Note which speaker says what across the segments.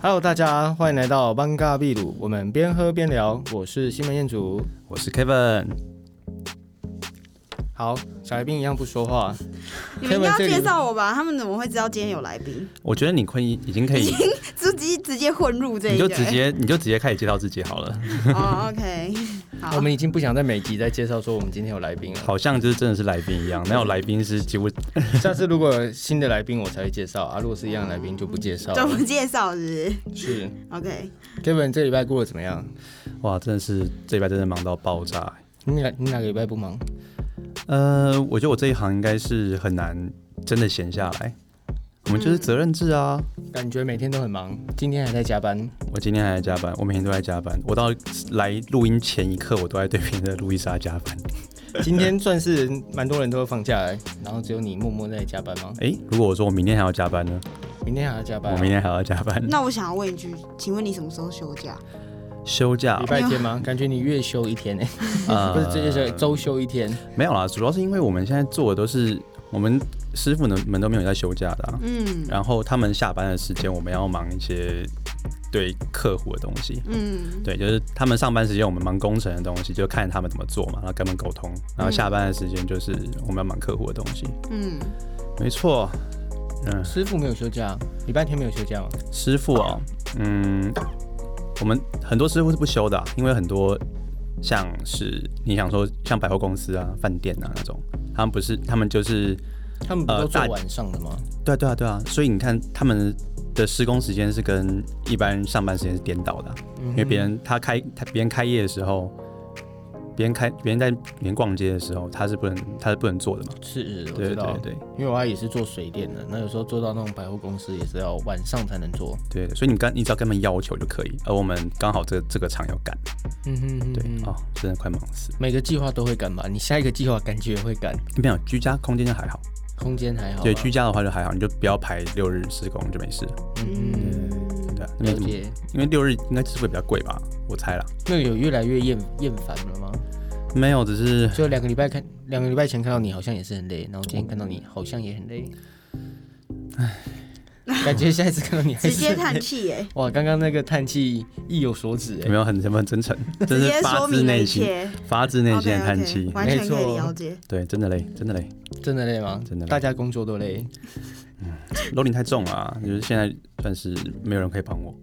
Speaker 1: Hello，大家欢迎来到班嘎秘鲁，我们边喝边聊。我是西门彦祖。
Speaker 2: 我是 Kevin，
Speaker 1: 好，小来宾一样不说话。
Speaker 3: 你们应该要
Speaker 1: Kevin，这里
Speaker 3: 介绍我吧？他们怎么会知道今天有来宾？
Speaker 2: 我觉得你可以已经可以，
Speaker 3: 直接直接混入这
Speaker 2: 你
Speaker 3: 一个、
Speaker 2: 就直接你就直接开始介绍自己好了，
Speaker 3: 哦，OK，好
Speaker 1: 我，们已经不想在每集再介绍说我们今天有来宾了。
Speaker 2: 好像就是真的是来宾 一样，哪有来宾是几乎
Speaker 1: 下次如果有新的来宾我才会介绍啊，如果是一样的来宾就不介 绍
Speaker 3: 就
Speaker 1: 了
Speaker 3: 不。介绍是
Speaker 1: 是
Speaker 3: 不是？OK，
Speaker 1: Kevin 这礼拜过得怎么样？
Speaker 2: 哇，真的是这一拜真的忙到爆炸欸。
Speaker 1: 你哪你哪个礼拜不忙？
Speaker 2: 呃，我觉得我这一行应该是很难真的闲下来，我们就是责任制啊。
Speaker 1: 感觉每天都很忙，今天还在加班。
Speaker 2: 我今天还在加班，我每天都在加班，我到来录音前一刻，我都在对面的路易莎加班。
Speaker 1: 今天算是蛮多人都放假来，然后只有你默默在加班吗？
Speaker 2: 诶，如果我说我明天还要加班呢？
Speaker 1: 明天还要加班
Speaker 2: 我
Speaker 1: 啊、
Speaker 2: 明天还要加班，
Speaker 3: 那我想要问一句，请问你什么时候休假？
Speaker 2: 休假
Speaker 1: 礼拜天吗？感觉你月休一天哎、
Speaker 2: 呃
Speaker 1: 不是这就是周休一天。
Speaker 2: 没有啦，主要是因为我们现在做的都是我们师傅们们都没有在休假的、啊，
Speaker 3: 嗯
Speaker 2: 然后他们下班的时间我们要忙一些对客户的东西，
Speaker 3: 嗯，
Speaker 2: 对，就是他们上班时间我们忙工程的东西，就看他们怎么做嘛，然后跟他们沟通，然后下班的时间就是我们要忙客户的东西，
Speaker 3: 嗯，
Speaker 2: 没错。嗯，
Speaker 1: 师傅没有休假，礼拜天没有休假吗？
Speaker 2: 师傅哦，嗯，我们很多师傅是不休的啊、因为很多像是你想说像百货公司啊、饭店啊那种，他们不是他们就是。
Speaker 1: 他们不都
Speaker 2: 呃
Speaker 1: 做
Speaker 2: 大
Speaker 1: 晚上的吗？
Speaker 2: 对啊，对啊，对啊，所以你看他们的施工时间是跟一般上班时间是颠倒的啊、
Speaker 1: 嗯
Speaker 2: 因为别人他开他别人开业的时候，别人开别人在别人逛街的时候，他是不能他是不能做的嘛。
Speaker 1: 是，我
Speaker 2: 对
Speaker 1: 知
Speaker 2: 对
Speaker 1: 道，
Speaker 2: 对
Speaker 1: 因为我阿姨是做水电的，那有时候做到那种百货公司也是要晚上才能做。
Speaker 2: 对，所以你刚你只要跟他们要求就可以，而我们刚好这这个厂要赶，
Speaker 1: 嗯哼哼
Speaker 2: 对哦，真的快忙死。
Speaker 1: 每个计划都会赶吧？你下一个计划感觉也会赶，
Speaker 2: 没有居家空间就还好，
Speaker 1: 空间还好吧。啊
Speaker 2: 对居家的话就还好，你就不要排六日施工就没事了。
Speaker 1: 嗯
Speaker 2: 对啊，没
Speaker 1: 了
Speaker 2: 什么，
Speaker 1: 解。
Speaker 2: 因为六日应该是会比较贵吧，我猜啦。
Speaker 1: 那有越来越厌厌烦了 吗？
Speaker 2: 没有，只是
Speaker 1: 就两个礼拜看，两个礼拜前看到你好像也是很累，然后今天看到你好像也很累。唉，感觉下一次看到你还是
Speaker 3: 直接
Speaker 1: 很累
Speaker 3: 叹气耶，
Speaker 1: 哇，刚刚那个叹气意有所指欸
Speaker 2: 有没有很什么真 诚， 这
Speaker 3: 直
Speaker 2: 是
Speaker 3: 接
Speaker 2: 发
Speaker 3: 说
Speaker 2: 自
Speaker 3: 明了
Speaker 2: 内
Speaker 3: 一
Speaker 2: 心。
Speaker 3: 切。
Speaker 2: 发自内心的叹气
Speaker 3: o k o k 完全可
Speaker 1: 没
Speaker 3: 以
Speaker 1: 错
Speaker 3: 了解。
Speaker 2: 对，真的累，真的累，
Speaker 1: 哎，真的累吗？
Speaker 2: 真的累
Speaker 1: 大家工作都累。
Speaker 2: 楼顶太重了、啊，就是现在算是没有人可以帮我，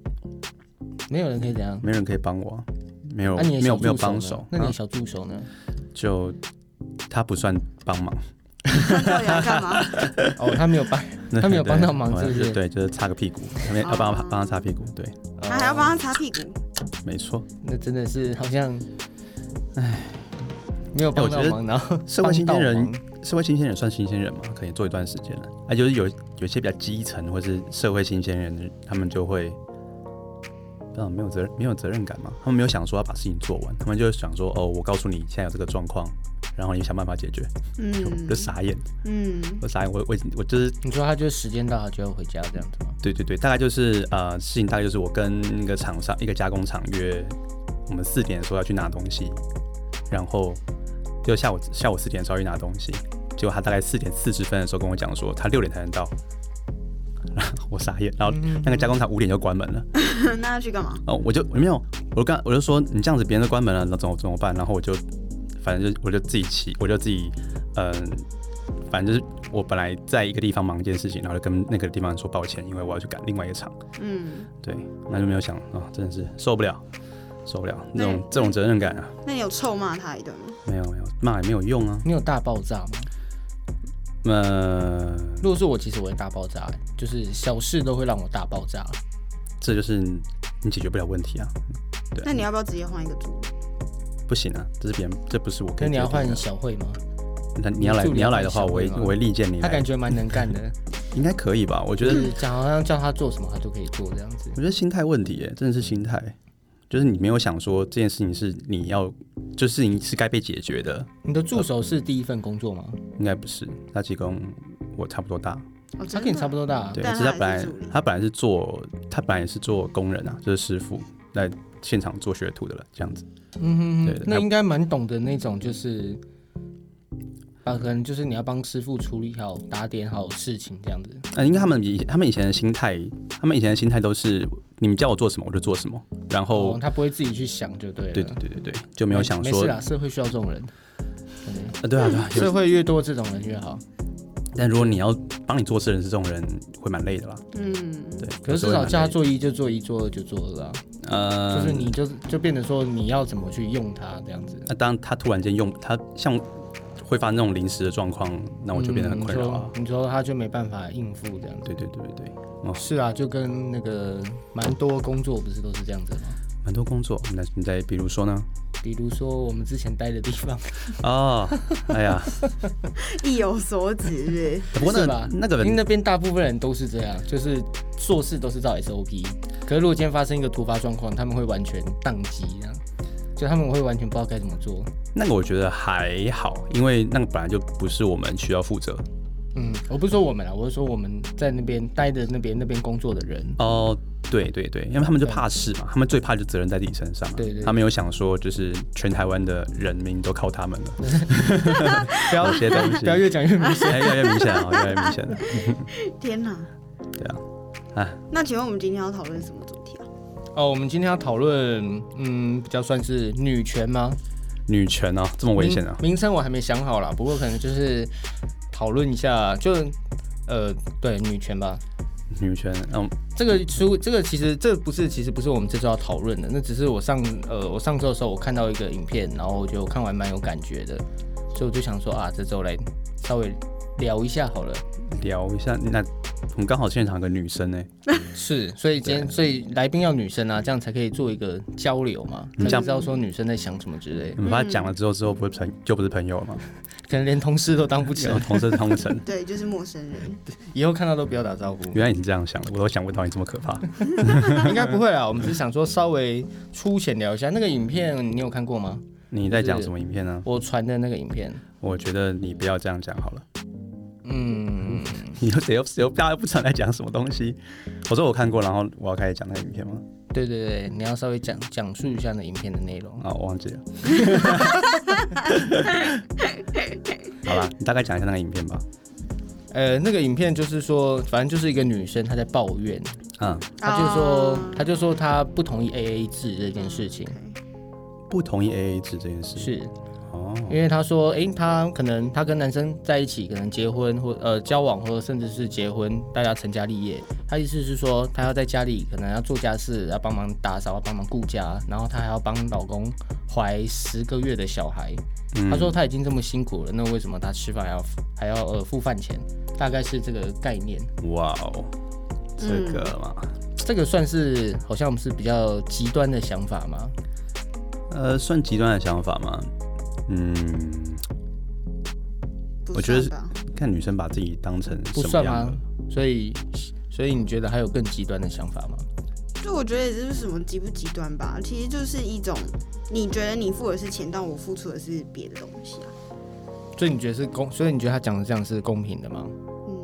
Speaker 1: 没有人可以怎样？
Speaker 2: 没有人可以帮我啊，没有、
Speaker 1: 那、你的
Speaker 2: 没有
Speaker 1: 小
Speaker 2: 没有
Speaker 1: 助
Speaker 2: 帮
Speaker 1: 手
Speaker 2: 手
Speaker 1: 呢，？那你
Speaker 2: 啊
Speaker 1: 的小助手呢？
Speaker 2: 就他不算帮忙，
Speaker 3: 观众要 干嘛？
Speaker 1: 哦，他没有帮，他没有帮到忙，
Speaker 2: 对
Speaker 1: 是不？
Speaker 2: 就是对，就是擦个屁股，他们要
Speaker 3: 哦
Speaker 2: 帮他帮他擦屁股，对，
Speaker 1: 哦
Speaker 3: 他还要帮他擦屁股，
Speaker 2: 没错，
Speaker 1: 那真的是好像，唉，没有帮到
Speaker 2: 哎我觉
Speaker 1: 忙，然后
Speaker 2: 社会新鲜人
Speaker 1: 帮到忙
Speaker 2: 社会新鲜人算新鲜人嘛，可以做一段时间了，啊，就是有有些比较基层或是社会新鲜人，他们就会。嗯，没有责任，没有责任感嘛？他们没有想说要把事情做完，他们就想说，哦，我告诉你现在有这个状况，然后你想办法解决。我
Speaker 3: 嗯
Speaker 2: 就傻眼，
Speaker 3: 嗯，
Speaker 2: 我傻眼，我我我就是
Speaker 1: 你说他就是时间到，他就要回家这样子吗？
Speaker 2: 对对对，大概就是呃，事情大概就是我跟一个厂商一个加工厂约，我们四点的时候要去拿东西，然后就下午下午四点的时候要去拿东西，结果他大概四点四十分的时候跟我讲说他六点才能到， 然后我傻眼，然后那个加工厂五点就关门了，
Speaker 3: 那要去干嘛？
Speaker 2: 哦，我就我没有，我就刚我就说你这样子别人都关门了，那怎么怎么办？然后我就反正就我就自己骑，我就自己嗯、反正就是我本来在一个地方忙一件事情，然后就跟那个地方说抱歉，因为我要去赶另外一个场，
Speaker 3: 嗯，
Speaker 2: 对，那就没有想啊、真的是受不了，受不了这
Speaker 3: 那
Speaker 2: 种这种责任感啊，
Speaker 3: 那你有臭骂他一顿吗？
Speaker 2: 没有没有骂也没有用啊，
Speaker 1: 你有大爆炸吗？
Speaker 2: 呃，
Speaker 1: 如果是我，其实我会大爆炸、哎就是小事都会让我大爆炸。
Speaker 2: 这就是你你解决不了问题啊，对啊
Speaker 3: 那你要不要直接换一个组？
Speaker 2: 不行啊，这是别人，这不是我可
Speaker 1: 那
Speaker 2: 以
Speaker 1: 你要
Speaker 2: 决定的
Speaker 1: 换小慧吗？
Speaker 2: 那你要来
Speaker 1: 助理
Speaker 2: 你要来
Speaker 1: 要
Speaker 2: 的
Speaker 1: 换
Speaker 2: 话，我会
Speaker 1: 小慧吗
Speaker 2: 我会力荐你
Speaker 1: 她
Speaker 2: 来
Speaker 1: 感，觉蛮能干的，
Speaker 2: 应该可以吧？我觉
Speaker 1: 就
Speaker 2: 得
Speaker 3: 嗯
Speaker 1: 是讲好像叫她做什么，她都可以做这样子。
Speaker 2: 我觉得心态问题耶，真的是心态，就是你没有想说这件事情是你要，这事情是该被解决的，
Speaker 1: 你的助手是第一份工作吗？
Speaker 2: 应该不是。他其实跟我差不多大，
Speaker 3: 哦，
Speaker 1: 他
Speaker 3: 真
Speaker 1: 跟你
Speaker 3: 的
Speaker 1: 差不多大、啊
Speaker 2: 对，
Speaker 3: 但
Speaker 2: 只是他
Speaker 3: 他
Speaker 2: 本
Speaker 3: 还
Speaker 2: 来
Speaker 3: 是助理
Speaker 2: 他本来是做，他本来也是做工人啊，就是师傅来现场做学徒的了，这样子。
Speaker 1: 嗯哼
Speaker 2: 对
Speaker 1: 哼，
Speaker 2: 他
Speaker 1: 那应该蛮懂得那种，就是啊，可能就是你要帮师傅处理好、打点好事情这样子。
Speaker 2: 呃，应该他们以他们以前的心态，他们以前的心态都是你们叫我做什么我就做什么，然后、
Speaker 1: 哦，他不会自己去想就对了。啊
Speaker 2: 对对对对对，就没有想
Speaker 1: 没
Speaker 2: 说
Speaker 1: 事啊嗯啦，社会需要这种人。对
Speaker 2: 呃对啊对啊，有
Speaker 1: 社会越多这种人越好，
Speaker 2: 但如果你要帮你做事的人是这种人，会蛮累的啦。
Speaker 3: 嗯，
Speaker 2: 对，
Speaker 1: 可是至少叫他做一就做一，做二就做二啊。
Speaker 2: 呃，
Speaker 1: 就是你就是就变成说你要怎么去用它这样子。
Speaker 2: 那当他突然间用他像会发生那种临时的状况，那我就变得很困扰啊
Speaker 1: 嗯。你说你说他就没办法应付这样子。
Speaker 2: 对对对对对，
Speaker 1: 是啊，就跟那个蛮多工作不是都是这样子的吗？
Speaker 2: 蛮多工作。那你再比如说呢？
Speaker 1: 比如说我们之前待的地 方，
Speaker 2: 哦，哎呀，
Speaker 3: 意有所指是
Speaker 2: 不过那
Speaker 1: 是吧
Speaker 2: 个那个
Speaker 1: 因为
Speaker 2: 人
Speaker 1: 那边大部分人都是这样，就是做事都是照 SOP。可是如果今天发生一个突发状况，他们会完全宕机这样，就他们会完全不知道该怎么做。
Speaker 2: 那个我觉得还好，因为那个本来就不是我们需要负责。
Speaker 1: 嗯，我不是说我们啊，我是说我们在那边待的那边那边工作的人，
Speaker 2: 哦，对对对，因为他们就
Speaker 1: 对
Speaker 2: 怕事嘛，他们最怕就责任在自己身上、啊。
Speaker 1: 对对
Speaker 2: 他们有想说，就是全台湾的人民都靠他们了，
Speaker 1: 不要
Speaker 2: 有些东 西
Speaker 1: 不要越讲越明显。
Speaker 2: 哎，越来越明显啊，越来越 明显了。
Speaker 3: 不是？ 天哪！
Speaker 2: 对啊，啊，
Speaker 3: 那请问我们今天要讨论什么主题啊？
Speaker 1: 哦，我们今天要讨论，嗯，比较算是女权吗？
Speaker 2: 女权啊，这么危险啊！
Speaker 1: 名名称我还没想好啦，不过可能就是讨论一下，就呃，对女权吧。
Speaker 2: 女权，嗯，
Speaker 1: 这个书，这个其实这不是，其实不是我们这周要讨论的，那只是我上呃，我上周的时候我看到一个影片，然后我觉得我看完蛮有感觉的，所以我就想说啊，这周来稍微聊一下好了。
Speaker 2: 聊一下。那我们刚好现场有个女生呢、哎
Speaker 1: 是，所以今天所以来宾要女生啊，这样才可以做一个交流嘛，才
Speaker 2: 嗯
Speaker 1: 能知道说女生在想什么之类的，
Speaker 2: 你们把她讲了之后，之后不会朋就不是朋友了嘛？
Speaker 1: 可能连同事都当不起
Speaker 2: 然后
Speaker 1: 来，
Speaker 2: 同事当不成。
Speaker 3: 对，就是陌生人。
Speaker 1: 以后看到都不要打招呼。
Speaker 2: 原来你是这样想的，我都想不到你这么可怕。
Speaker 1: 应该不会啦，我们只是想说稍微粗浅聊一下那个影片，你有看过吗？
Speaker 2: 你在讲什么影片呢？
Speaker 1: 我传的那个影片，
Speaker 2: 我觉得你不要这样讲好了。
Speaker 1: 嗯，
Speaker 2: 你又谁又谁又大家不知道你在讲什么东西？我说我看过，然后我要开始讲那个影片吗？
Speaker 1: 对对对，你要稍微讲讲述一下那影片的内容。
Speaker 2: 啊，我忘记了。 好吧，你大概讲一下那个影片吧。
Speaker 1: 呃，那个影片就是说，反正就是一个女生她在抱怨，
Speaker 2: 嗯，
Speaker 1: 她就说
Speaker 3: 哦
Speaker 1: 她就说她不同意 AA 制这件事情，
Speaker 2: 不同意 AA 制这件事。
Speaker 1: 是
Speaker 2: 哦，
Speaker 1: 因为她说，诶，她可能她跟男生在一起，可能结婚或呃交往，或甚至是结婚，大家成家立业。她意思是说，她要在家里可能要做家事，要帮忙打扫，要帮忙顾家，然后她还要帮老公怀十个月的小孩。
Speaker 2: 嗯
Speaker 1: 她说她已经这么辛苦了，那为什么她吃饭还要还要呃付饭钱？大概是这个概念。
Speaker 2: 哇哦，这个嘛，
Speaker 1: 这个算是好像是比较极端的想法吗？
Speaker 2: 呃，算极端的想法吗？嗯，
Speaker 3: 不
Speaker 2: 我觉得
Speaker 3: 算吧
Speaker 2: 看女生把自己当成
Speaker 1: 不
Speaker 2: 什么
Speaker 1: 算
Speaker 2: 样
Speaker 1: 吗
Speaker 2: 的？？
Speaker 1: 所以所以你觉得还有更极端的想法吗？
Speaker 3: 就我觉得也就是什么极不极端吧，其实就是一种你觉得你付的是钱，但我付出的是别的东西啊。
Speaker 1: 所以你觉得是公？所以你觉得他讲的这样是公平的吗？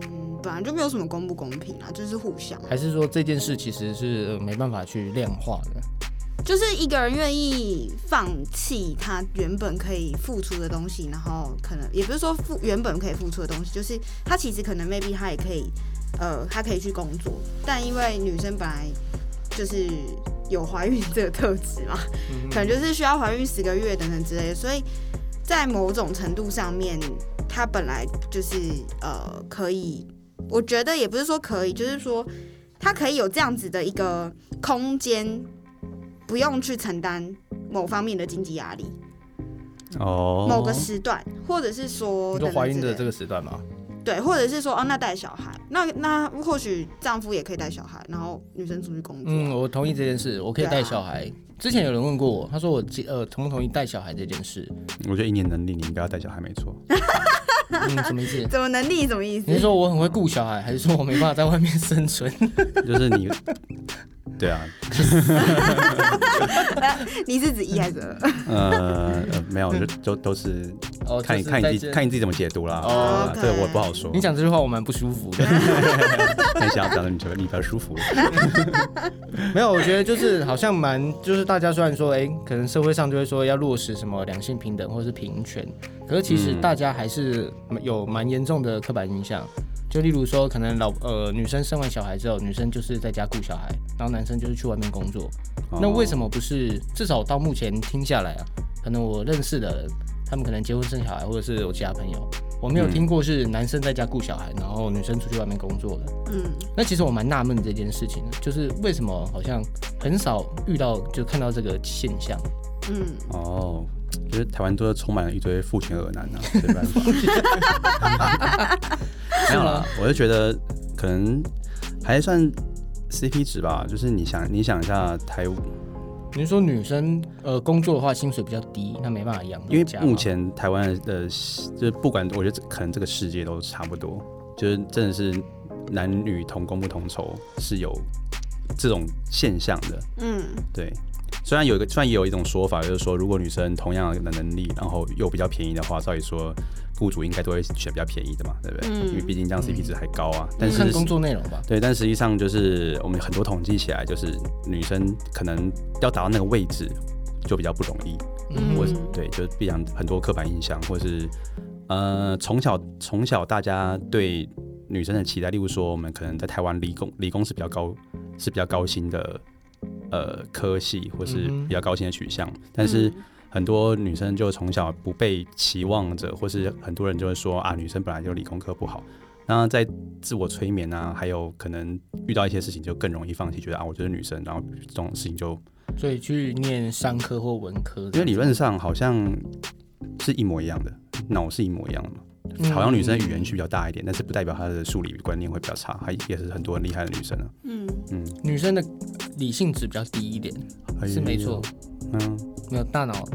Speaker 3: 嗯，本来就没有什么公不公平啊，就是互相，
Speaker 1: 还是说这件事其实是、呃没办法去量化的？
Speaker 3: 就是一个人愿意放弃他原本可以付出的东西，然后可能也不是说付原本可以付出的东西，就是他其实可能 maybe 他也可以，呃，他可以去工作，但因为女生本来就是有怀孕这个特质嘛，可能就是需要怀孕十个月等等之类的，所以在某种程度上面，她本来就是呃可以，我觉得也不是说可以，就是说她可以有这样子的一个空间，不用去承担某方面的经济压力，
Speaker 2: 哦，
Speaker 3: 某个时段，或者是说
Speaker 1: 你说怀孕的这
Speaker 3: 个
Speaker 1: 个时段吗？
Speaker 3: 对，或者是说哦那带小孩，那那或许丈夫也可以带小孩，然后女生出去工作，
Speaker 1: 嗯，我同意这件事，我可以
Speaker 3: 对啊
Speaker 1: 带小孩。之前有人问过我，他说我接呃同不同意带小孩这件 事？
Speaker 2: 我觉得以你的能力，你应该要带小孩没错。
Speaker 1: 嗯，什么意思？
Speaker 3: 怎么能力什么意思
Speaker 1: 你？是说我很会顾小孩，还是说我没办法在外面生存？
Speaker 2: 就是你 对啊，
Speaker 3: 你是指一还是二？
Speaker 2: 呃，呃没有，就都都是
Speaker 1: 哦，
Speaker 2: 看你
Speaker 1: 就是
Speaker 2: 看
Speaker 1: 在
Speaker 2: 你自己
Speaker 1: 这
Speaker 2: 看你自己怎么解读啦。
Speaker 1: 哦
Speaker 2: 啊这个我也不好说。
Speaker 1: 你讲这句话我蛮不舒服的。
Speaker 2: 看想要表达你觉得你比较舒服。
Speaker 1: 没有，我觉得就是好像蛮，就是大家虽然说，哎、可能社会上就会说要落实什么两性平等或是平权，可是其实
Speaker 2: 嗯
Speaker 1: 大家还是有蛮严重的刻板印象。就例如说，可能老呃女生生完小孩之后，女生就是在家顾小孩，然后男生就是去外面工作。那为什
Speaker 2: 么？
Speaker 1: 么不是？至少到目前听下来啊，可能我认识的人，他们可能结婚生小孩，或者是我其他朋友，我没有
Speaker 2: 嗯
Speaker 1: 听过是男生在家顾小孩，然后女生出去外面工作的。
Speaker 3: 嗯，
Speaker 1: 那其实我蛮纳闷这件事情的，就是为什么好像很少遇到就看到这个现象。
Speaker 3: 嗯，
Speaker 2: 哦，就是台湾都是充满了一堆父权恶男 啊，没办法。没有啦，我就觉得可能还算 CP 值吧。就是你想，你想一下台，
Speaker 1: 你是说女生呃工作的话薪水比较低，那没办法养
Speaker 2: 因为
Speaker 1: 家吗
Speaker 2: 目前台湾的，就是不管我觉得可能这个世界都差不多，就是真的是男女同工不同酬是有这种现象的。
Speaker 3: 嗯，
Speaker 2: 对，虽然有一个，虽然也有一种说法，就是说，如果女生同样的能力，然后又比较便宜的话，照理说，雇主应该都会选比较便宜的嘛，对不对？
Speaker 3: 嗯
Speaker 2: 因为毕竟这样 CP 值还高啊。但
Speaker 1: 就是看工作内容吧。
Speaker 2: 对，但实际上就是我们很多统计起来，就是女生可能要达到那个位置就比较不容易。
Speaker 3: 嗯
Speaker 2: 我对，就是必然很多刻板印象，或是呃，从小从小大家对女生的期待，例如说我们可能在台湾理工理工是比较高是比较高薪的呃科系，或是
Speaker 1: 嗯哼
Speaker 2: 比较高薪的取向，但
Speaker 3: 嗯
Speaker 2: 是。很多女生就从小不被期望着，或是很多人就会说啊，女生本来就理工科不好。那在自我催眠啊，还有可能遇到一些事情就更容易放弃，觉得啊，我就是女生，然后这种事情就
Speaker 1: 所以去念商科或文科这样子，
Speaker 2: 因为理论上好像是一模一样的，脑是一模一样的嘛。
Speaker 1: 嗯
Speaker 2: 好像女生语言区比较大一点，但是不代表她的数理观念会比较差，她也是很多很厉害的女生啊。
Speaker 3: 嗯，
Speaker 2: 嗯，
Speaker 1: 女生的理性值比较低一点，是没错，
Speaker 2: 哎呦。
Speaker 1: 没有大脑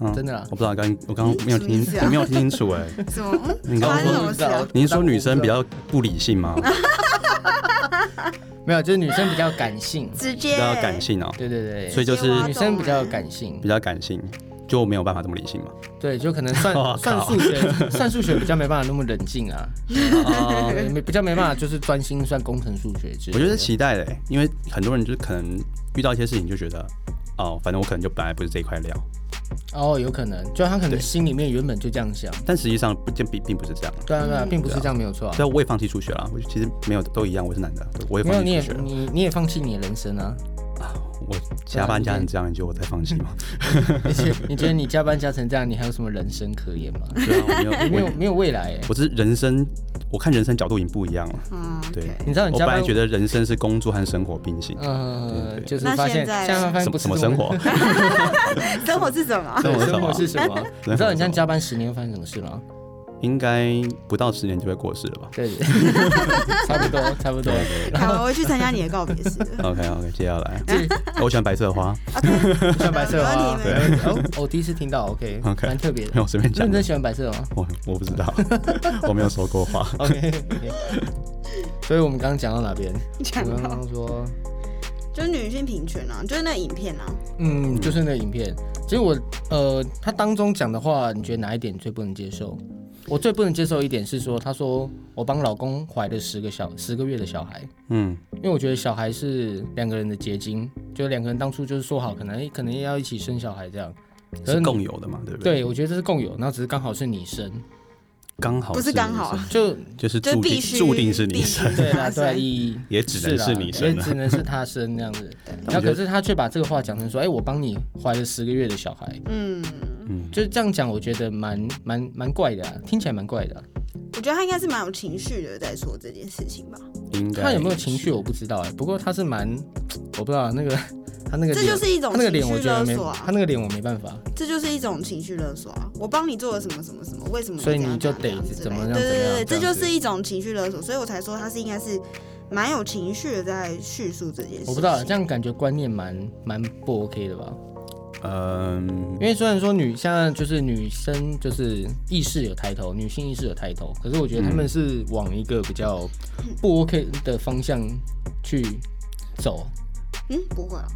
Speaker 2: 嗯
Speaker 1: 真
Speaker 2: 嗯，
Speaker 1: 的啦
Speaker 2: 我。不知道刚我刚刚没有听
Speaker 3: 什么意思，啊
Speaker 2: 我没有听清楚哎、
Speaker 3: 什么？嗯
Speaker 2: 你刚
Speaker 3: 发
Speaker 2: 刚
Speaker 3: 生什
Speaker 2: 说，
Speaker 3: 么事
Speaker 1: 我
Speaker 3: 啊。
Speaker 1: 不知道
Speaker 2: 您说女生比较不理性吗？
Speaker 1: 没有，就是女生比较感性
Speaker 3: 直
Speaker 2: 比
Speaker 3: 接
Speaker 2: 较感性哦、
Speaker 1: 对对对，
Speaker 2: 所以就是
Speaker 1: 女生比较感性
Speaker 2: 比，较感性就没有办法这么理性嘛。
Speaker 1: 对，就可能
Speaker 2: 哇
Speaker 1: 算算
Speaker 2: 靠
Speaker 1: 数学，算数学比较没办法那么冷静啊，
Speaker 2: 哦
Speaker 1: 对没比较没办法就是专心算工程数学之类的。
Speaker 2: 我觉得是期待的欸、因为很多人就是可能遇到一些事情就觉得，哦，反正我可能就本来不是这一块料，
Speaker 1: 哦，有可能，就他可能
Speaker 2: 对
Speaker 1: 心里面原本就这样想。
Speaker 2: 但实际上不并并并不是这样。
Speaker 1: 对啊，对啊，并不是
Speaker 2: 对啊
Speaker 1: 这样，没有错啊。
Speaker 2: 对啊，我也放弃数学了。我其实没有都一样，我是男的，对我也
Speaker 1: 没有，
Speaker 2: 放
Speaker 1: 你
Speaker 2: 弃
Speaker 1: 也
Speaker 2: 数学了。
Speaker 1: 你你也放弃你的人生啊！
Speaker 2: 我加班加成这样，你觉得我在放弃 吗？
Speaker 1: 而且你觉得你加班加成这样，你还有什么人生可言吗？
Speaker 2: 对啊， 我
Speaker 1: 你没
Speaker 2: 没
Speaker 1: 有
Speaker 2: 有，我
Speaker 1: 没有未来欸。
Speaker 2: 我是人生，我看人生角度已经不一样了。
Speaker 3: 嗯，
Speaker 2: 对
Speaker 3: OK
Speaker 1: 你知道你
Speaker 2: 我
Speaker 1: 加
Speaker 2: 本
Speaker 1: 班
Speaker 2: 来觉得人生是工作和生活并行，
Speaker 1: 呃，
Speaker 2: 对对
Speaker 1: 就是
Speaker 3: 那
Speaker 1: 发
Speaker 3: 现
Speaker 1: 现
Speaker 3: 在
Speaker 1: 现在发现
Speaker 2: 什
Speaker 1: 不
Speaker 2: 么
Speaker 1: 是
Speaker 2: 什么生活？
Speaker 3: 生活是什么？
Speaker 1: 对，
Speaker 2: 生活是
Speaker 1: 生
Speaker 2: 什
Speaker 1: 活是什
Speaker 2: 么
Speaker 1: 么？你知道你这样加班十年会发生什么事吗？
Speaker 2: 应该不到十年就会过世了 吧
Speaker 1: 对，差不多，差不多。
Speaker 3: 好，我会去参加你的告别式。
Speaker 2: ？OK OK，接下来哦
Speaker 1: 这
Speaker 2: 我喜欢白色花，
Speaker 1: 穿白色花，
Speaker 3: 没
Speaker 1: 对
Speaker 3: 问。
Speaker 1: 哦，我第一次听到，OK，
Speaker 2: OK
Speaker 1: 蛮特别的。
Speaker 2: 我随便
Speaker 1: 那
Speaker 2: 讲
Speaker 1: 你真
Speaker 2: 的
Speaker 1: 的，喜欢白色吗？
Speaker 2: 我我不知 道，我没有说过话。
Speaker 1: OK，所以我们刚刚讲到哪边？
Speaker 3: 讲
Speaker 1: 我刚
Speaker 3: 到
Speaker 1: 刚说，
Speaker 3: 就是女性平权啊，就是那影片啊，
Speaker 1: 嗯，就是那个影片。其实我，呃，他当中讲的话，你觉得哪一点最不能接受？我最不能接受一点是说，他说我帮老公怀了十个小十个月的小孩，
Speaker 2: 嗯，
Speaker 1: 因为我觉得小孩是两个人的结晶，就两个人当初就是说好，可能诶可能要一起生小孩这样。可
Speaker 2: 是
Speaker 1: 你
Speaker 2: 共有的嘛，对不对？
Speaker 1: 对，我觉得这是共有，然后只是刚好是你生，
Speaker 2: 刚好
Speaker 3: 不是刚好啊，
Speaker 1: 就
Speaker 2: 就是
Speaker 3: 就是
Speaker 2: 注
Speaker 3: 必
Speaker 2: 定
Speaker 3: 须
Speaker 2: 注定是
Speaker 3: 必
Speaker 2: 你
Speaker 3: 须
Speaker 2: 生，
Speaker 1: 对 啦，
Speaker 3: 他生
Speaker 1: 对，以
Speaker 2: 也只能是
Speaker 1: 啦
Speaker 2: 你生啊
Speaker 1: 也
Speaker 2: 了。
Speaker 1: 只能是他生那样 子。然后可是他却把这个话讲成说，哎、我帮你怀了十个月的小孩，
Speaker 3: 嗯，
Speaker 2: 嗯，
Speaker 1: 就是这样讲，我觉得蛮蛮蛮怪的、啊，听起来蛮怪的啊、
Speaker 3: 我觉得他应该是蛮有情绪的在说这件事情吧，
Speaker 2: 应该
Speaker 1: 他有没有情绪我不知道哎、不过他是蛮，我不知道啊那个他那个
Speaker 3: 这
Speaker 1: 脸
Speaker 3: 就是一种
Speaker 1: 他那个
Speaker 3: 情
Speaker 1: 脸，我
Speaker 3: 绪
Speaker 1: 觉得
Speaker 3: 勒
Speaker 1: 没
Speaker 3: 索
Speaker 1: 他
Speaker 3: 啊，
Speaker 1: 那个脸我没办法，
Speaker 3: 这就是一种情绪勒索啊。我帮你做了什么什么什么，为什么
Speaker 1: 所以
Speaker 3: 这样
Speaker 1: 你就
Speaker 3: 这样
Speaker 1: 得
Speaker 3: 这样
Speaker 1: 怎么
Speaker 3: 之类的
Speaker 1: 样
Speaker 3: 对
Speaker 1: 怎
Speaker 3: 对
Speaker 1: 么
Speaker 3: 对，
Speaker 1: 样
Speaker 3: 这
Speaker 1: 这样
Speaker 3: 就
Speaker 1: 子
Speaker 3: 是一种情绪勒索，所以我才说他是应该是蛮有情绪的在叙述这件事情。
Speaker 1: 我不知道啊，这样感觉观念蛮蛮不 OK 的吧？
Speaker 2: 嗯
Speaker 1: 因为虽然说女现在就是女生就是意识有抬头，女性意识有抬头，可是我觉得他
Speaker 2: 嗯
Speaker 1: 们是往一个比较不 OK 的方向去走，
Speaker 3: 嗯，不会啊，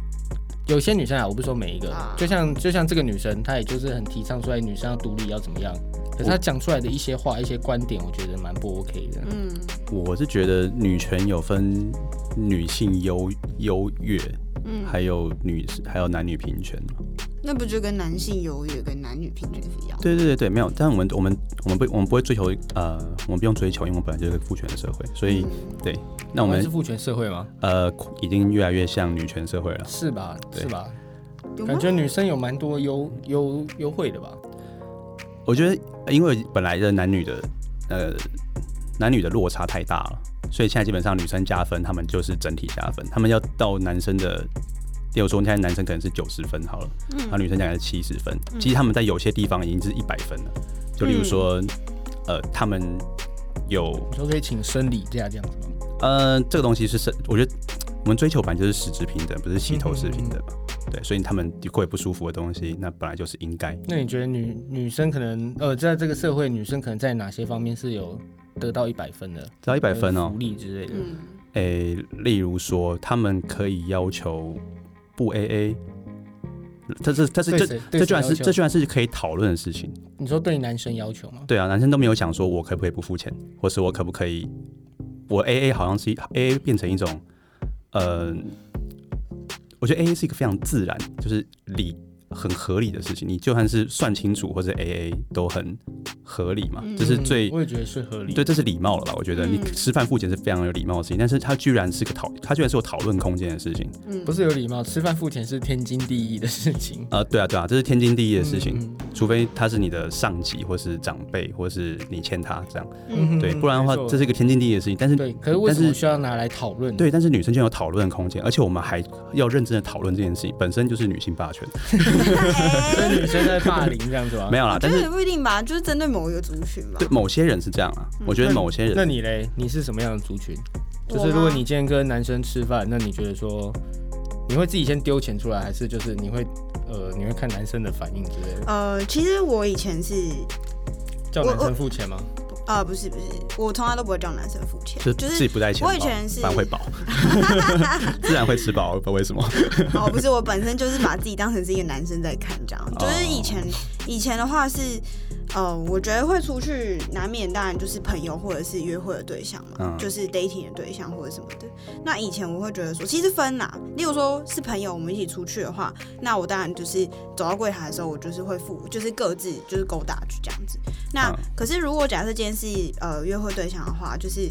Speaker 1: 有些女生啊，我不是说每一个
Speaker 3: 啊，
Speaker 1: 就像就像这个女生，她也就是很提倡出来女生要独立要怎么样，可是她讲出来的一些话、一些观点，我觉得蛮不 OK 的。
Speaker 3: 嗯，
Speaker 2: 我是觉得女权有分女性优优越，
Speaker 3: 嗯
Speaker 2: 还有女还有男女平权嘛。
Speaker 3: 那不就跟男性优越跟男女平权是一样？
Speaker 2: 对对对对，没有。但我们我们我们不我们不会追求呃，我们不用追求，因为我们本来就是个父权的社会，所以、对。那我
Speaker 1: 台湾
Speaker 2: 们
Speaker 1: 是父权社会吗？
Speaker 2: 呃已经越来越像女权社会了。
Speaker 1: 是吧？
Speaker 2: 对
Speaker 1: 是吧？
Speaker 3: 有吗
Speaker 1: 感？觉女生有蛮多优优优惠的吧？
Speaker 2: 我觉得呃因为本来的男女的呃男女的落差太大了，所以现在基本上女生加分，他们就是整体加分，他们要到男生的。例如说，现在男生可能是九十分好了，然后女生大概是七十分。其实他们在有些地方已经是一百分了，就例如说，呃，他们有
Speaker 1: 你说可以请生理假这样子吗？
Speaker 2: 呃，这个东西是是，我觉得我们追求本来就是实质平等，不是洗头式平等嘛。对，所以他们会不舒服的东西，那本来就是应该。
Speaker 1: 那你觉得女女生可能呃，在这个社会，女生可能在哪些方面是有得到一百分的？
Speaker 2: 只要一
Speaker 1: 一
Speaker 2: 百分哦
Speaker 1: 福，利之类的。
Speaker 3: 嗯，
Speaker 2: 诶、例如说，他们可以要求不 AA，这这这是
Speaker 1: 对
Speaker 2: 这
Speaker 1: 谁对
Speaker 2: 这
Speaker 1: 谁
Speaker 2: 居然
Speaker 1: 要
Speaker 2: 是
Speaker 1: 求
Speaker 2: 这居然是可以讨论的事情。
Speaker 1: 你说对男生要求吗？
Speaker 2: 对啊，男生都没有想说我可不可以不付钱，或是我可不可以，我 AA 好像是 AA 变成一种，呃，我觉得 AA 是一个非常自然，就是理很合理的事情。你就算是算清楚或者 AA 都很合理嘛，这是
Speaker 1: 嗯
Speaker 2: 最
Speaker 1: 我也觉得是合理。
Speaker 2: 对，，这是礼貌了吧？我觉得你
Speaker 3: 嗯
Speaker 2: 吃饭付钱是非常有礼貌的事情，但是它居然是个讨，它居然是有讨论空间的事情。
Speaker 3: 嗯
Speaker 1: 不是有礼貌，吃饭付钱是天经地义的事情。
Speaker 2: 呃，对啊，对啊，这是天经地义的事情，
Speaker 1: 嗯
Speaker 2: 除非他是你的上级或是长辈，或是你欠他这样，
Speaker 1: 嗯
Speaker 2: 对，不然的话
Speaker 1: 没错
Speaker 2: 这是一个天经地义的事情。但是
Speaker 1: 对，可是为什
Speaker 2: 但
Speaker 1: 么
Speaker 2: 是
Speaker 1: 需要拿来讨论？，
Speaker 2: 对，但是女生就有讨论的空间，而且我们还要认真的讨论这件事情，本身就是女性霸权，
Speaker 1: 所以女生在霸凌这样子吗？
Speaker 2: 没有啦。
Speaker 3: 我觉
Speaker 2: 但
Speaker 3: 得
Speaker 2: 是
Speaker 3: 也不一定吧，就是针对某一个族群吧
Speaker 2: 对。某些人是这样啊，
Speaker 3: 嗯
Speaker 2: 我觉得
Speaker 1: 那
Speaker 2: 某些
Speaker 1: 那
Speaker 2: 人，
Speaker 1: 你嘞？你是什么样的族群？
Speaker 3: 我
Speaker 1: 就
Speaker 3: 吗
Speaker 1: 是如果你今天跟男生吃饭，那你觉得说你会自己先丢钱出来，还是就是你会呃你会看男生的反应之类的，
Speaker 3: 呃，其实我以前是，
Speaker 1: 叫男生付钱吗？
Speaker 3: 呃，不是不是，我从来都不会叫男生付钱，
Speaker 2: 就
Speaker 3: 就
Speaker 2: 自己
Speaker 3: 是
Speaker 2: 不带钱包，
Speaker 3: 我以前是
Speaker 2: 反而会 饱，自然会吃饱，不知道为什么。
Speaker 3: 哦，不是，我本身就是把自己当成是一个男生在看这样。就是以前以前的话是，呃，我觉得会出去难免当然就是朋友或者是约会的对象嘛，
Speaker 2: 嗯
Speaker 3: 就是 dating 的对象或者什么的。那以前我会觉得说，其实分啦，例如说是朋友我们一起出去的话，那我当然就是走到柜台的时候，我就是会付，就是各自就是勾搭去这样子。那、
Speaker 2: 嗯
Speaker 3: 可是如果假设今天是呃约会对象的话，就是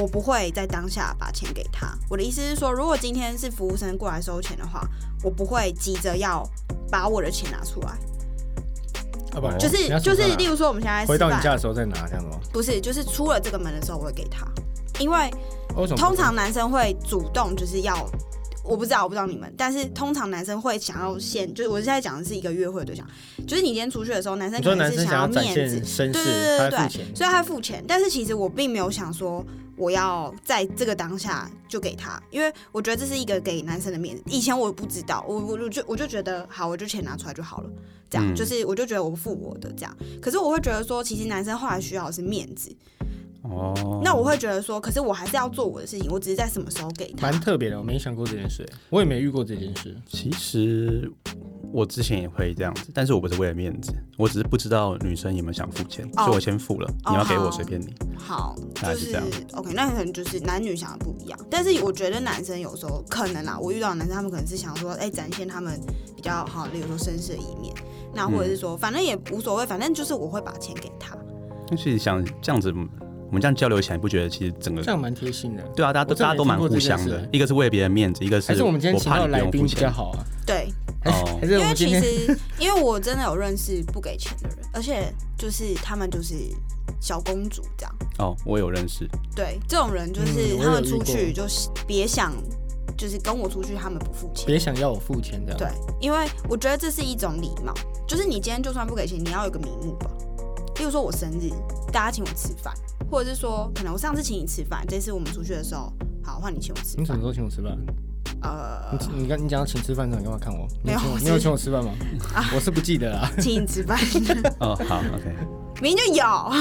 Speaker 3: 我不会在当下把钱给他。我的意思是说，如果今天是服务生过来收钱的话，我不会急着要把我的钱拿出来。
Speaker 1: 啊不然，
Speaker 3: 就
Speaker 1: 哦你
Speaker 3: 是
Speaker 1: 要
Speaker 3: 就
Speaker 1: 出来
Speaker 3: 是，
Speaker 1: 啊
Speaker 3: 例如说我们现在
Speaker 1: 回到你
Speaker 3: 吃
Speaker 1: 家
Speaker 3: 饭
Speaker 1: 的时候再拿这样子吗？
Speaker 3: 不是，就是出了这个门的时候我会给他，因为
Speaker 1: 哦为什么不
Speaker 3: 通常男生会主动就是要。我不知道，我不知道你们，但是通常男生会想要先，就是我现在讲的是一个约会对象，就是你今天出去的时候，男生
Speaker 1: 你
Speaker 3: 可
Speaker 1: 说
Speaker 3: 能
Speaker 1: 男
Speaker 3: 是
Speaker 1: 生想
Speaker 3: 要
Speaker 1: 展
Speaker 3: 面
Speaker 1: 现
Speaker 3: 子，
Speaker 1: 绅
Speaker 3: 对
Speaker 1: 士，
Speaker 3: 对对
Speaker 1: 他
Speaker 3: 对
Speaker 1: 付
Speaker 3: 对
Speaker 1: 钱，，
Speaker 3: 所以他付钱。但是其实我并没有想说我要在这个当下就给他，因为我觉得这是一个给男生的面子。以前我不知道，我我我就我就觉得好，我就钱拿出来就好了，这
Speaker 2: 嗯
Speaker 3: 样、就是我就觉得我付我的这样。可是我会觉得说，其实男生后来需要的是面子，
Speaker 2: 哦，
Speaker 3: 那我会觉得说，可是我还是要做我的事情，我只是在什么时候给他
Speaker 1: 蛮。特别的，我没想过这件事，我也没遇过这件事。
Speaker 2: 其实我之前也会这样子，但是我不是为了面子，我只是不知道女生有没有想付钱，所以我先付了，
Speaker 3: 哦
Speaker 2: 你要给
Speaker 3: 好
Speaker 2: 我随便你。
Speaker 3: 好，
Speaker 2: 大概
Speaker 3: 就是是
Speaker 2: 这样
Speaker 3: OK，那可能就是男女想的不一样，但是我觉得男生有时候可能啦，我遇到的男生他们可能是想说，哎、展现他们比较好，例如说绅士的一面，那或
Speaker 1: 嗯
Speaker 3: 者是说，反正也无所谓，反正就是我会把钱给他，
Speaker 2: 但是想这样子，我们这样交流起来，你不觉得其实整个
Speaker 1: 这样蛮贴心的。
Speaker 2: 对啊，大家都
Speaker 1: 我真
Speaker 2: 大
Speaker 1: 的没
Speaker 2: 家都蛮
Speaker 1: 听过
Speaker 2: 互
Speaker 1: 这件
Speaker 2: 相
Speaker 1: 事
Speaker 2: 的，一个是为了别人面子，一个是
Speaker 1: 还是我们今天请
Speaker 2: 怕
Speaker 1: 到
Speaker 2: 你不
Speaker 1: 来
Speaker 2: 用
Speaker 1: 宾
Speaker 2: 付
Speaker 1: 比较
Speaker 2: 钱。
Speaker 1: 好啊？
Speaker 3: 对，
Speaker 1: 还是
Speaker 2: 哦
Speaker 1: 还是我
Speaker 3: 因为
Speaker 1: 们今
Speaker 3: 其
Speaker 1: 天
Speaker 3: 实因为我真的有认识不给钱的人，而且就是他们就是小公主这样，
Speaker 2: 哦，我有 认识，
Speaker 3: 对，这种人就
Speaker 1: 嗯
Speaker 3: 是
Speaker 1: 我
Speaker 3: 他们
Speaker 1: 有遇
Speaker 3: 出
Speaker 1: 过
Speaker 3: 去就是别想，就是跟我出去他们不付钱。
Speaker 1: 别想要我付钱这样。
Speaker 3: 对，因为我觉得这是一种礼貌，就是你今天就算不给钱，你要有个名目吧。例如说我生日，大家请我吃饭，或者是说可能我上次请你吃饭，这次我们出去的时候，好换你请我吃
Speaker 2: 嗯
Speaker 1: 你什
Speaker 3: 饭
Speaker 1: 么时。候请我吃饭？
Speaker 3: 呃，
Speaker 1: 你你刚你讲要请吃饭的时候，你干嘛看我？你
Speaker 3: 没有
Speaker 1: 请我
Speaker 3: 我是啊
Speaker 1: 你有请我吃饭吗？我是不记得啊啦。
Speaker 3: 请你吃饭，
Speaker 2: 哦，好，OK，
Speaker 3: 明明就有。
Speaker 1: 啊，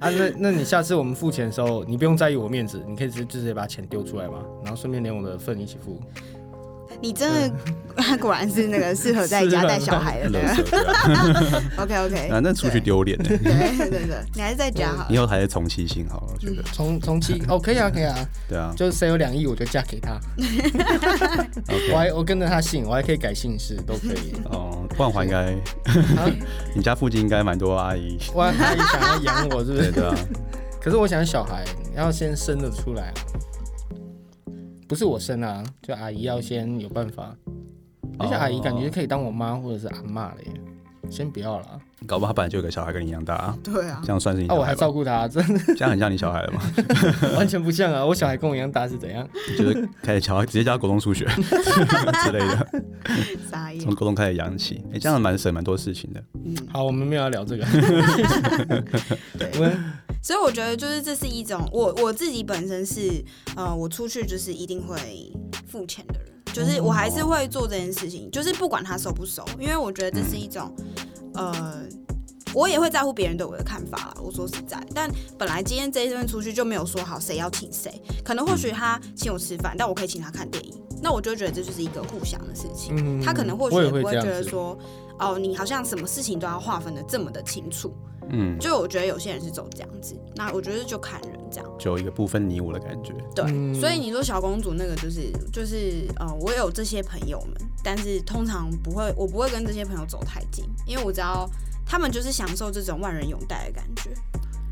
Speaker 1: 那那你下次我们付钱的时候，你不用在意我面子，你可以直接直接把钱丢出来嘛，然后顺便连我的份一起付。
Speaker 3: 你真的 果然是那个适合在家带小孩的那
Speaker 2: 垃
Speaker 3: 个。
Speaker 2: 圾对啊
Speaker 3: OK
Speaker 1: 哎
Speaker 3: OK，
Speaker 2: 啊，那出去丢脸呢？
Speaker 3: 对对对，你还是在家好了。
Speaker 2: 以后还是重妻性好了，我觉
Speaker 3: 嗯
Speaker 2: 得
Speaker 1: 从从七哦，可以啊，可以啊，
Speaker 2: 对啊。
Speaker 1: 就是谁有两亿我就嫁给他，我
Speaker 2: OK，
Speaker 1: 还我跟着他姓，我还可以改姓氏，都可 以。
Speaker 2: 哦，万华应该
Speaker 1: 啊，
Speaker 2: 你家附近应该蛮多阿姨，
Speaker 1: 我阿姨想要养我，是不
Speaker 2: 对
Speaker 1: 是？
Speaker 2: 对啊，
Speaker 1: 可是我想小孩要先生得出来啊，不是我生啊，就阿姨要先有办法，而且阿姨感觉可以当我妈或者是阿嬷了耶，先不要了，
Speaker 2: 搞不好他本来就有个小孩跟你一样大啊，
Speaker 3: 对啊
Speaker 2: 这，样算是你
Speaker 1: 那、
Speaker 2: 小
Speaker 1: 哦我
Speaker 2: 孩
Speaker 1: 还
Speaker 2: 吧
Speaker 1: 照？顾她，真的
Speaker 2: 这样很像你小孩了 吗？
Speaker 1: 完全不像啊，我小孩跟我一样大是怎样？
Speaker 2: 你就是开始教，直接教他国中数学 之类的，
Speaker 3: 傻眼
Speaker 2: 从。国中开始养起，哎，这样蛮省蛮多事情的。
Speaker 3: 嗯，
Speaker 1: 好，我们没有要聊这 个，
Speaker 3: 对
Speaker 1: 我。们
Speaker 3: 所以我觉得就是这是一种我我自己本身是呃，我出去就是一定会付钱的人，
Speaker 1: 哦
Speaker 3: 就是我还是会做这件事情，就是不管他熟不熟，因为我觉得这是一种呃。我也会在乎别人对我的看法啦。我说实在，但本来今天这一顿出去就没有说好谁要请谁，可能或许他请我吃饭，但我可以请他看电影，那我就觉得这就是一个互相的事情。
Speaker 1: 嗯
Speaker 3: 他可能或许
Speaker 1: 我也
Speaker 3: 不
Speaker 1: 会
Speaker 3: 会
Speaker 1: 这
Speaker 3: 觉
Speaker 1: 样
Speaker 3: 得
Speaker 1: 子，
Speaker 3: 说，哦，你好像什么事情都要划分的这么的清楚。
Speaker 2: 嗯，
Speaker 3: 就我觉得有些人是走这样子，那我觉得就看人这样。
Speaker 2: 就有一个不分你我的感觉。
Speaker 3: 对，
Speaker 1: 嗯
Speaker 3: 所以你说小公主那个就是就是呃，我有这些朋友们，但是通常不会，我不会跟这些朋友走太近，因为我知道他们就是享受这种万人拥戴的感觉。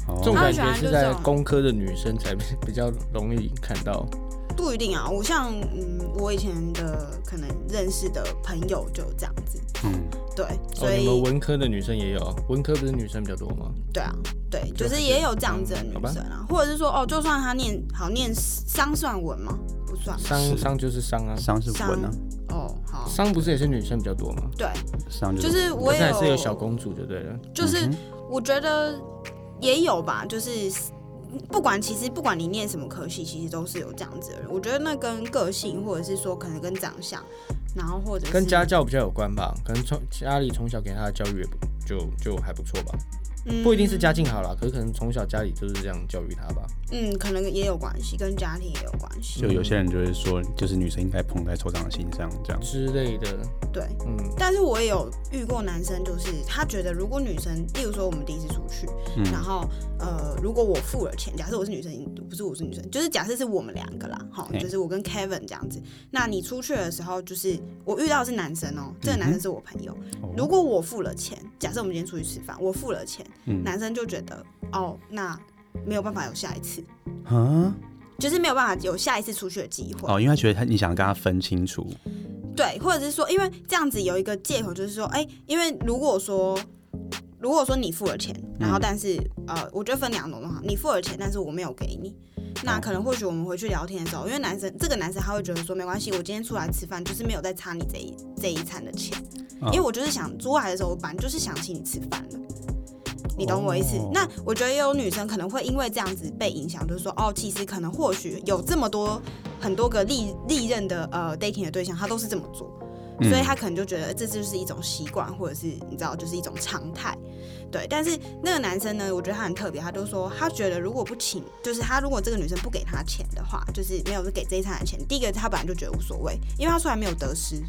Speaker 2: 哦
Speaker 1: 这种
Speaker 3: 他
Speaker 1: 感
Speaker 3: 喜欢
Speaker 1: 觉
Speaker 3: 就是是
Speaker 1: 在
Speaker 3: 这种
Speaker 1: 工科的女生才比较容易看到，哦
Speaker 3: 不一定啊，我像嗯，我以前的可能认识的朋友就这样子，
Speaker 2: 嗯，
Speaker 3: 对，
Speaker 1: 哦，
Speaker 3: 所
Speaker 1: 你
Speaker 3: 以、
Speaker 1: 们文科的女生也有，文科不是女生比较多吗？
Speaker 3: 对啊，对，
Speaker 1: 就
Speaker 3: 就是
Speaker 1: 是
Speaker 3: 也有这样子的
Speaker 1: 嗯
Speaker 3: 女
Speaker 1: 好吧
Speaker 3: 生啊，或者是说哦，就算她念好念商算文吗？不算
Speaker 1: 商
Speaker 2: 是
Speaker 1: 商就是商啊，
Speaker 2: 伤是文啊，
Speaker 3: 哦，好，
Speaker 1: 商不是也是女生比较多吗？
Speaker 3: 对，
Speaker 2: 伤
Speaker 3: 就是是我
Speaker 1: 可是
Speaker 3: 也
Speaker 1: 还是有小公主就对了。
Speaker 3: 就是
Speaker 2: 嗯哼
Speaker 3: 我觉得也有吧，就是不管其实不管你念什么科系，其实都是有这样子的人。我觉得那跟个性，或者是说可能跟长相，然后或者是
Speaker 1: 跟家教比较有关吧，可能从家里从小给他的教育也不就就还不错吧，
Speaker 3: 嗯
Speaker 1: 不一定是家境好啦，可是可能从小家里就是这样教育他吧。
Speaker 3: 嗯，可能也有关系，跟家庭也有关系。
Speaker 2: 就有些人就会说，就是女生应该捧在手掌心上这样。
Speaker 1: 之类的，
Speaker 3: 对，
Speaker 1: 嗯，
Speaker 3: 但是我也有遇过男生，就是他觉得如果女生，例如说我们第一次出去，
Speaker 2: 嗯
Speaker 3: 然后呃，如果我付了钱，假设我是女生，不是我是女生，就是假设是我们两个啦，好，
Speaker 2: 嘿
Speaker 3: 就是我跟 Kevin 这样子。那你出去的时候，就是我遇到的是男生哦、这个男生是我朋友。
Speaker 2: 嗯哦
Speaker 3: 如果我付了钱，假设我们今天出去吃饭，我付了钱，
Speaker 2: 嗯
Speaker 3: 男生就觉得哦，那没有办法有下一次，
Speaker 2: 啊，
Speaker 3: 就是没有办法有下一次出去的机会。
Speaker 2: 哦，因为他觉得他你想跟他分清楚，
Speaker 3: 对，或者是说，因为这样子有一个借口，就是说，哎、因为如果说，如果说你付了钱，
Speaker 2: 嗯
Speaker 3: 然后但是、呃，我觉得分两种状况，你付了钱，但是我没有给你，那
Speaker 2: 哦
Speaker 3: 可能或许我们回去聊天的时候，因为男生这个男生他会觉得说，没关系，我今天出来吃饭就是没有再差你这一这一餐的钱，
Speaker 2: 哦
Speaker 3: 因为我就是想出来的时候，我本来就是想请你吃饭的。你懂我意思
Speaker 2: 哦
Speaker 3: 那我觉得也有女生可能会因为这样子被影响，就是说，哦，其实可能或许有这么多很多个历历任的呃 dating 的对象，他都是这么做，
Speaker 2: 嗯
Speaker 3: 所以他可能就觉得这就是一种习惯，或者是你知道，就是一种常态。对，但是那个男生呢，我觉得他很特别，他就说他觉得如果不请，就是他如果这个女生不给他钱的话，就是没有给这一餐的钱，第一个他本来就觉得无所谓，因为他出来没有得失，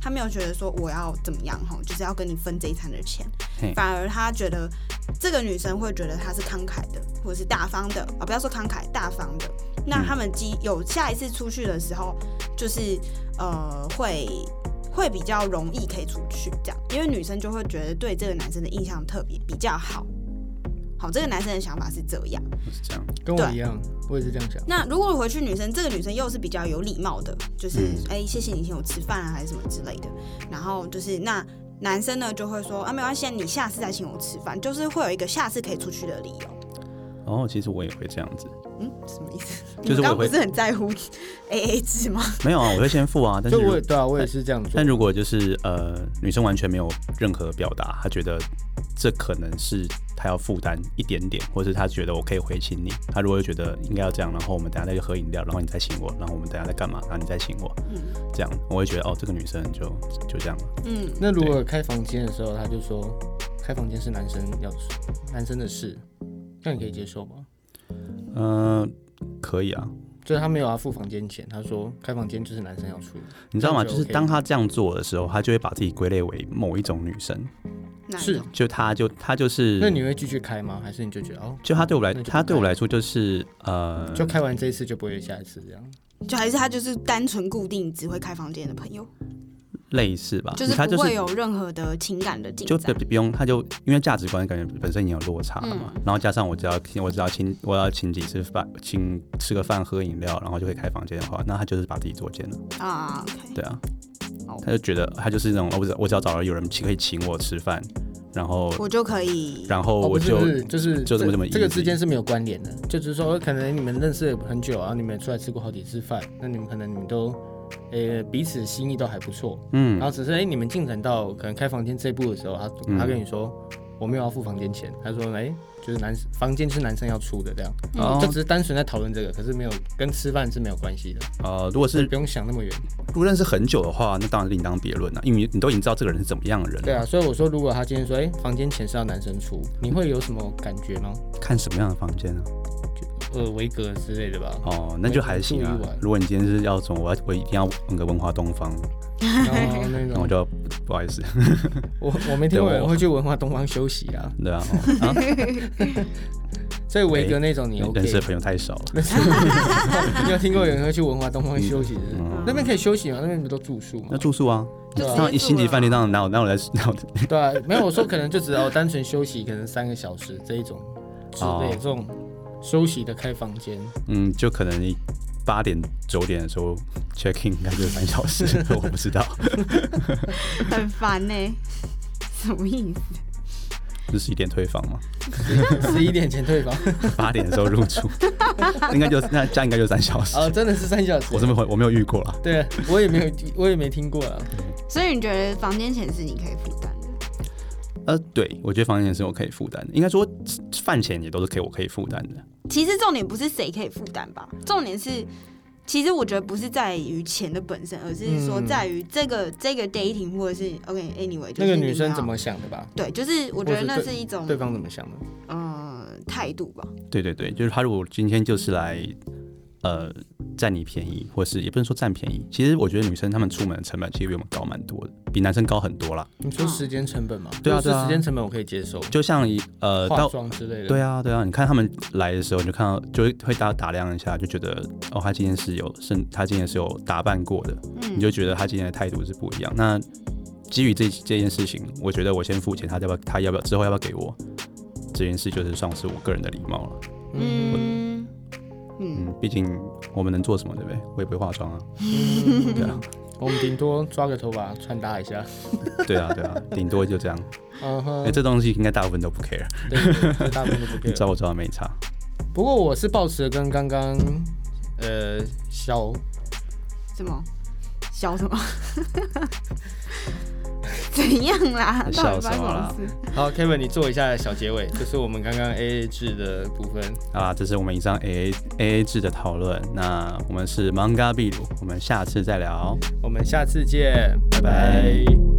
Speaker 3: 他没有觉得说我要怎么样哈，就是要跟你分这一餐的钱
Speaker 2: 嘿，
Speaker 3: 反而他觉得这个女生会觉得他是慷慨的，或者是大方的啊、不要说慷慨，大方的。那
Speaker 2: 嗯
Speaker 3: 他们基有下一次出去的时候，就是呃会会比较容易可以出去这样，因为女生就会觉得对这个男生的印象特别比较好。好，这个男生的想法是这样。
Speaker 2: 是这样，
Speaker 1: 跟我
Speaker 3: 对
Speaker 1: 一样，我也是这样想。
Speaker 3: 那如果回去女生，这个女生又是比较有礼貌的，就是
Speaker 2: 嗯
Speaker 3: 哎、谢谢你请我吃饭啊，还是什么之类的。然后就是那男生呢就会说啊，没关系，你下次再请我吃饭，就是会有一个下次可以出去的理由。
Speaker 2: 哦，其实我也会这样子，
Speaker 3: 嗯，什么意思？
Speaker 2: 就是
Speaker 3: 你们刚
Speaker 2: 我
Speaker 3: 刚
Speaker 2: 会
Speaker 3: 不是很在乎 A A 制吗？
Speaker 2: 没有啊，我会先付啊，但是
Speaker 1: 就
Speaker 2: 如
Speaker 1: 我也对啊，我也是这样做
Speaker 2: 但。如果就是呃，女生完全没有任何表达，她觉得这可能是她要负担一点点，或是她觉得我可以回请你，她如果觉得应该要这样，然后我们等下再去喝饮料，然后你再请我，然后我们等下再干嘛，然后你再请我，
Speaker 3: 嗯
Speaker 2: 这样我会觉得哦，这个女生就就这样了。
Speaker 3: 嗯，
Speaker 1: 那如果开房间的时候，他就说开房间是男生要
Speaker 2: 哦
Speaker 1: 男生的事，那你可以接受吗？
Speaker 2: 嗯、可以啊，
Speaker 1: 就是他没有要付房间钱，他说开房间就是男生要出，
Speaker 2: 你知道吗？
Speaker 1: 这
Speaker 2: 就
Speaker 1: 样
Speaker 2: 是
Speaker 1: 就 OK
Speaker 2: 当他这样做的时候，他就会把自己归类为某一种女生，
Speaker 3: 哪一
Speaker 1: 是
Speaker 3: 种？
Speaker 2: 就他就他就
Speaker 1: 那
Speaker 2: 是，
Speaker 1: 你会继续开吗？还是你就觉得哦，
Speaker 2: 就他对我来，
Speaker 1: 那就不
Speaker 2: 他对我
Speaker 1: 开
Speaker 2: 来说就是呃，
Speaker 1: 就开完这一次就不会有下一次这样？
Speaker 3: 就还是他就是单纯固定只会开房间的朋友，
Speaker 2: 类似吧，
Speaker 3: 就是
Speaker 2: 啊他
Speaker 3: 不
Speaker 2: 就
Speaker 3: 会
Speaker 2: 是
Speaker 3: 有任何的情感的进
Speaker 2: 就
Speaker 3: 展
Speaker 2: 不。不用，他就因为价值观感觉本身已经有落差了嘛，
Speaker 3: 嗯
Speaker 2: 然后加上我只要请我只要请我要请几次饭，请吃个饭喝饮料，然后就可以开房间的话，那他就是把自己作贱了，
Speaker 3: 啊，OK，
Speaker 2: 对啊
Speaker 3: 哦，
Speaker 2: 他就觉得他就是那种我只我只要找到有人请可以请我吃饭，然后
Speaker 3: 我就可以。
Speaker 2: 然后
Speaker 1: 哦，
Speaker 2: 我
Speaker 1: 不是
Speaker 2: 就
Speaker 1: 不是，就是
Speaker 2: 就这么这么
Speaker 1: 这个
Speaker 2: easy
Speaker 1: 之间是没有关联的，就只是说哦可能你们认识了很久，然啊后你们出来吃过好几次饭，那你们可能你们都，呃，彼此心意都还不错，
Speaker 2: 嗯
Speaker 1: 然后只是哎、你们进展到可能开房间这一步的时候，他
Speaker 2: 嗯
Speaker 1: 他跟你说、我没有要付房间钱，他说哎、就是男房间是男生要出的这样，
Speaker 2: 哦
Speaker 1: 就只是单纯在讨论这个，可是没有跟吃饭是没有关系的，
Speaker 2: 呃，如果
Speaker 1: 所以
Speaker 2: 是
Speaker 1: 不用想那么远。
Speaker 2: 如果认识很久的话，那当然另当别论了，因为你你都已经知道这个人是怎么样的人，
Speaker 1: 对啊，所以我说如果他今天说哎、房间钱是要男生出，你会有什么感觉吗？
Speaker 2: 看什么样的房间啊？
Speaker 1: 呃，维格之类的吧，
Speaker 2: 哦，那就还行啊
Speaker 1: 我也是注意完。
Speaker 2: 如果你今天是要什么，我要我一定要那个文化东方，
Speaker 1: 然后那
Speaker 2: 那
Speaker 1: 种
Speaker 2: 我就不好意思，
Speaker 1: 我我没听过有人会去文化东方休息啊，
Speaker 2: 对啊，哦啊
Speaker 1: 所以维格那种你 OK？
Speaker 2: 哎认识的朋友太 少了。
Speaker 1: 你有听过有人会去文化东方休息的？
Speaker 2: 嗯
Speaker 1: 那边可以休息吗？那边不都住宿
Speaker 2: 那
Speaker 1: 吗？
Speaker 2: 住宿啊，
Speaker 3: 就直接
Speaker 2: 像一
Speaker 3: 住
Speaker 2: 星级
Speaker 3: 了啊
Speaker 2: 饭店那样，哪有哪有来哪有
Speaker 1: 对啊，没有我说可能就只要单纯休息，可能三个小时这一种之类
Speaker 2: 哦
Speaker 1: 的这种休息的开房间，
Speaker 2: 嗯，就可能八点九点的时候 check in 应该就是三小时， 我不知道，
Speaker 3: 很烦呢、什么意思？
Speaker 2: 就是一点退房嘛，
Speaker 1: 十一点前退房，
Speaker 2: 八点的时候入住， 应该就那这样应该就三小时。
Speaker 1: 哦，真的是三小时
Speaker 2: 我。是没有我没有遇过啦，
Speaker 1: 对，啊我也没有，我也没听过啊。
Speaker 3: 所以你觉得房间钱是你可以负担的？
Speaker 2: 呃，对我觉得房间是我可以负担的，应该说饭钱也都是可以我可以负担的。
Speaker 3: 其实重点不是谁可以负担吧，重点是，其实我觉得不是在于钱的本身，而是说
Speaker 1: 嗯
Speaker 3: 在于这个、这个 dating 或者是 OK anyway，就
Speaker 1: 那
Speaker 3: 是
Speaker 1: 个
Speaker 3: 你们
Speaker 1: 女生
Speaker 3: 要
Speaker 1: 怎么想的吧？
Speaker 3: 对，就是我觉得
Speaker 1: 或是
Speaker 3: 那
Speaker 1: 对
Speaker 3: 是一种
Speaker 1: 对方怎么想的？
Speaker 3: 呃态度吧，
Speaker 2: 对对对，就是他如果今天就是来，呃，占你便宜，或是也不能说占便宜，其实我觉得女生她们出门的成本其实比我们高蛮多的，比男生高很多啦。
Speaker 1: 你说时间成本吗？
Speaker 2: 对啊
Speaker 1: 如果
Speaker 2: 对
Speaker 1: 是
Speaker 2: 啊
Speaker 1: 时间成本我可以接受，
Speaker 2: 就像一呃，
Speaker 1: 化
Speaker 2: 到
Speaker 1: 妆之类的。
Speaker 2: 对啊对啊，你看他们来的时候，你就看到就会会打打量一下，就觉得哦，他今天是有是，他今天是有打扮过的，你
Speaker 3: 嗯，
Speaker 2: 就觉得他今天的态度是不一样。那基于这这件事情，我觉得我先付钱，他要不要他要不要之后要不要给我？这件事就是算是我个人的礼貌了，
Speaker 3: 嗯嗯，
Speaker 2: 嗯，毕竟我们能做什么，对不对？我也不会化妆啊，
Speaker 1: 嗯
Speaker 2: 对啊，
Speaker 1: 我们顶多抓个头发穿搭一下。
Speaker 2: 对啊，对啊，顶多就这样。
Speaker 1: 嗯
Speaker 2: 哎、
Speaker 1: 哼，
Speaker 2: 这东西应该大部分都不 care，
Speaker 1: 对对，对大部 分都不
Speaker 2: 你
Speaker 1: care
Speaker 2: 知道我知道没差。
Speaker 1: 不过我是抱持跟刚刚呃小
Speaker 3: 什么笑 什么？怎样啦？到
Speaker 2: 笑
Speaker 3: 底发生
Speaker 2: 什么啦
Speaker 3: 么事？
Speaker 1: 好 Kevin 你做一下小结尾，就是我们刚刚 AA 制的部分。
Speaker 2: 啊，这是我们以上 A A A 制的讨论。那我们是 Manga 秘鲁，我们下次再聊。
Speaker 1: 我们下次见，
Speaker 2: 拜
Speaker 1: 拜拜